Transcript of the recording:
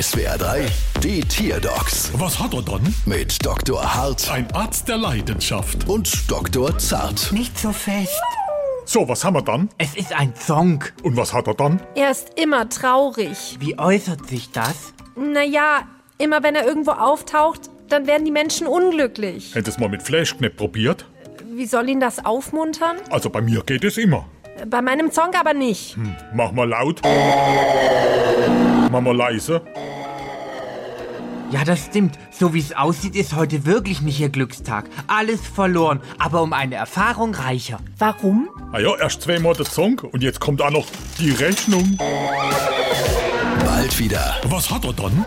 SWR 3, die Tierdocs Was hat er dann? mit Dr. Hart Ein Arzt der Leidenschaft. und Dr. Zart. Nicht so fest. So, was haben wir dann? Es ist ein Song. Und was hat er dann? Er ist immer traurig. Wie äußert sich das? Naja, immer wenn er irgendwo auftaucht, dann werden die Menschen unglücklich. Hättest mal mit Flashknepp probiert? Wie soll ihn das aufmuntern? Also bei mir geht es immer. Bei meinem Song aber nicht. Mach mal laut. Mach mal leise. Ja, das stimmt. So wie es aussieht, ist heute wirklich nicht ihr Glückstag. Alles verloren, aber um eine Erfahrung reicher. Warum? Ah ja, erst zweimal der Song und jetzt kommt auch noch die Rechnung. Bald wieder. Was hat er dann?